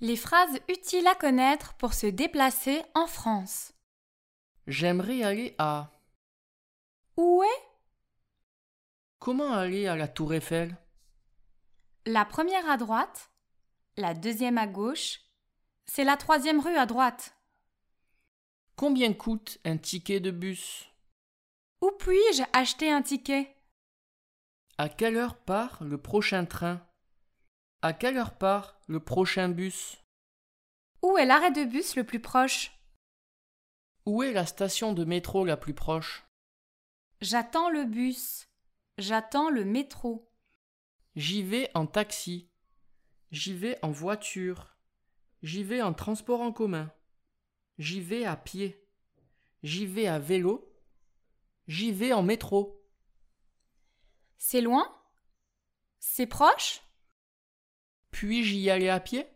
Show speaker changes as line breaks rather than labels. Les phrases utiles à connaître pour se déplacer en France.
J'aimerais aller à.
Où est
Comment aller à la Tour Eiffel
la première à droite La deuxième à gauche C'est la troisième rue à droite.
Combien coûte un ticket de bus
Où puis-je acheter un ticket
À quelle heure part le prochain train À quelle heure part le prochain bus
Où est l'arrêt de bus le plus proche
Où est la station de métro la plus proche
J'attends le bus. J'attends le métro.
J'y vais en taxi. J'y vais en voiture. J'y vais en transport en commun. J'y vais à pied. J'y vais à vélo. J'y vais en métro.
C'est loin C'est proche
Puis-je y aller à pied